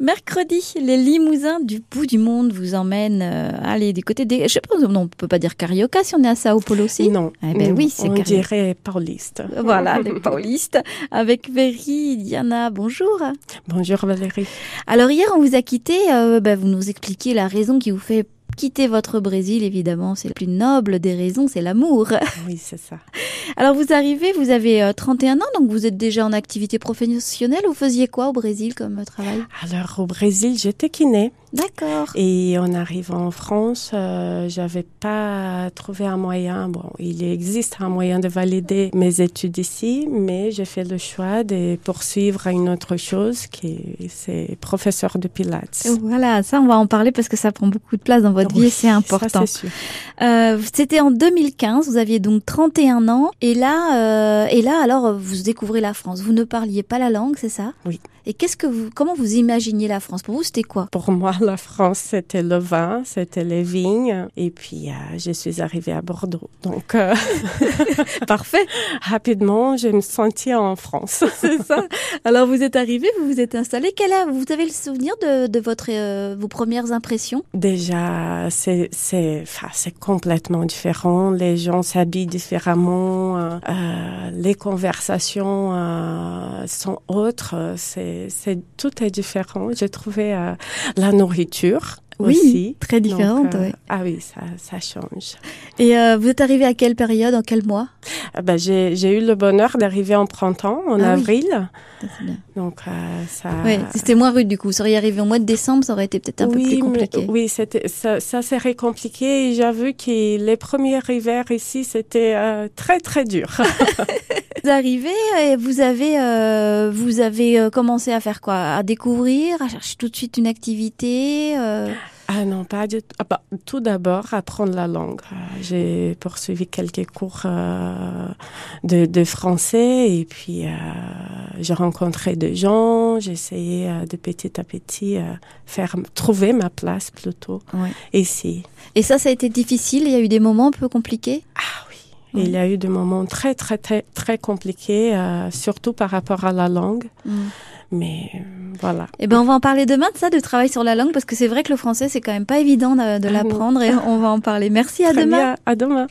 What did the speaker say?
Mercredi, les Limousins du bout du monde vous emmènent euh, aller du côté des. Je sais pas, on peut pas dire Carioca si on est à Sao Paulo aussi. Non. Eh ben oui, c'est On Carioca. dirait pauliste. Voilà, des Paulistes, avec Véry, Diana, bonjour. Bonjour Valérie. Alors hier, on vous a quitté, euh, bah, vous nous expliquez la raison qui vous fait quitter votre Brésil, évidemment, c'est la plus noble des raisons, c'est l'amour. Oui, c'est ça. Alors vous arrivez, vous avez euh, 31 ans, donc vous êtes déjà en activité professionnelle, vous faisiez quoi au Brésil comme euh, travail Alors au Brésil, j'étais kiné D'accord. et en arrivant en France, euh, j'avais pas trouvé un moyen. Bon, il existe un moyen de valider mes études ici, mais j'ai fait le choix de poursuivre à une autre chose qui est- c'est professeur de pilates. Voilà, ça on va en parler parce que ça prend beaucoup de place dans votre vie Oui, et c'est ça, important. c'est sûr. Euh, C'était en 2015, vous aviez donc 31 ans et là, euh, et là alors vous découvrez la France. Vous ne parliez pas la langue, c'est ça Oui. Et qu'est-ce que vous, comment vous imaginiez la France Pour vous, c'était quoi Pour moi, la France, c'était le vin, c'était les vignes. Et puis, euh, je suis arrivée à Bordeaux. Donc, euh, Parfait, rapidement, je me sentis en France. c'est ça. Alors vous êtes arrivé, vous vous êtes installé. Quel âge vous avez le souvenir de, de votre euh, vos premières impressions Déjà, c'est c'est enfin, c'est complètement différent. Les gens s'habillent différemment. euh, euh, les conversations euh, sont autres. euh, C'est c'est tout est différent. J'ai trouvé euh, la nourriture Oui, aussi. très Donc, différente, euh, ouais. Ah oui, ça ça change. Et euh, vous êtes arrivé à quelle période, en quel mois Ah ben, j'ai j'ai eu le bonheur d'arriver en printemps, en Ah oui. avril. Ça, c'est bien. Donc euh, ça. Ouais, c'était moins rude du coup. Vous seriez arrivé au mois de décembre, ça aurait été peut-être un peu plus mais- compliqué. oui, c'était- ça, ça serait compliqué. Et J'avoue que les premiers hivers ici, c'était euh, très, très dur. Vous arrivez et vous avez, euh, vous avez euh, commencé à faire quoi À découvrir, à chercher tout de suite une activité euh, ah non, pas du tout. Ah bah, tout d'abord, apprendre la langue. Euh, J'ai poursuivi quelques cours euh, de, de français et puis euh, j'ai rencontré des gens. J'ai essayé euh, de petit à petit euh, faire, trouver ma place plutôt Ouais. ici. Et ça, ça a été difficile Il y a eu des moments un peu compliqués Ah oui. Il y a eu des moments très, très, très, très compliqués, euh, surtout par rapport à la langue. Mais euh, voilà. Eh ben, on va en parler demain de ça, du travail sur la langue, parce que c'est vrai que le français, c'est quand même pas évident de, de Ah non. l'apprendre et on va en parler. Merci, à Très demain bien. À demain.